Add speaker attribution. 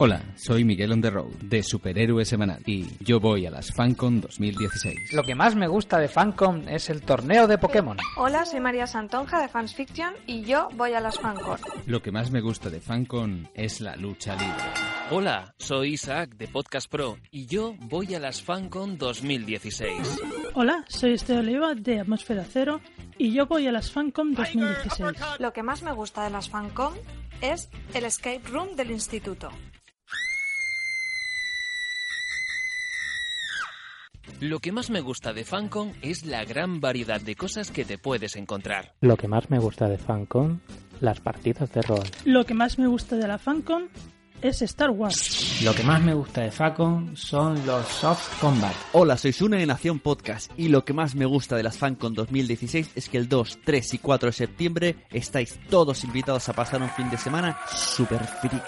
Speaker 1: Hola, soy Miguel on the road de Superhéroe Semanal y yo voy a las FanCon 2016.
Speaker 2: Lo que más me gusta de FanCon es el torneo de Pokémon.
Speaker 3: Hola, soy María Santonja de Fans Fiction y yo voy a las FanCon.
Speaker 1: Lo que más me gusta de FanCon es la lucha libre.
Speaker 4: Hola, soy Isaac de Podcast Pro y yo voy a las FanCon 2016.
Speaker 5: Hola, soy Este Oliva de Atmósfera Cero y yo voy a las FanCon 2016.
Speaker 3: Lo que más me gusta de las FanCon es el escape room del instituto.
Speaker 4: Lo que más me gusta de FanCon es la gran variedad de cosas que te puedes encontrar.
Speaker 6: Lo que más me gusta de FanCon, las partidas de rol.
Speaker 5: Lo que más me gusta de la FanCon es Star Wars.
Speaker 7: Lo que más me gusta de FanCon son los soft combat.
Speaker 8: Hola, soy Sune de Nación Podcast y lo que más me gusta de las FanCon 2016 es que el 2, 3 y 4 de septiembre estáis todos invitados a pasar un fin de semana super friki.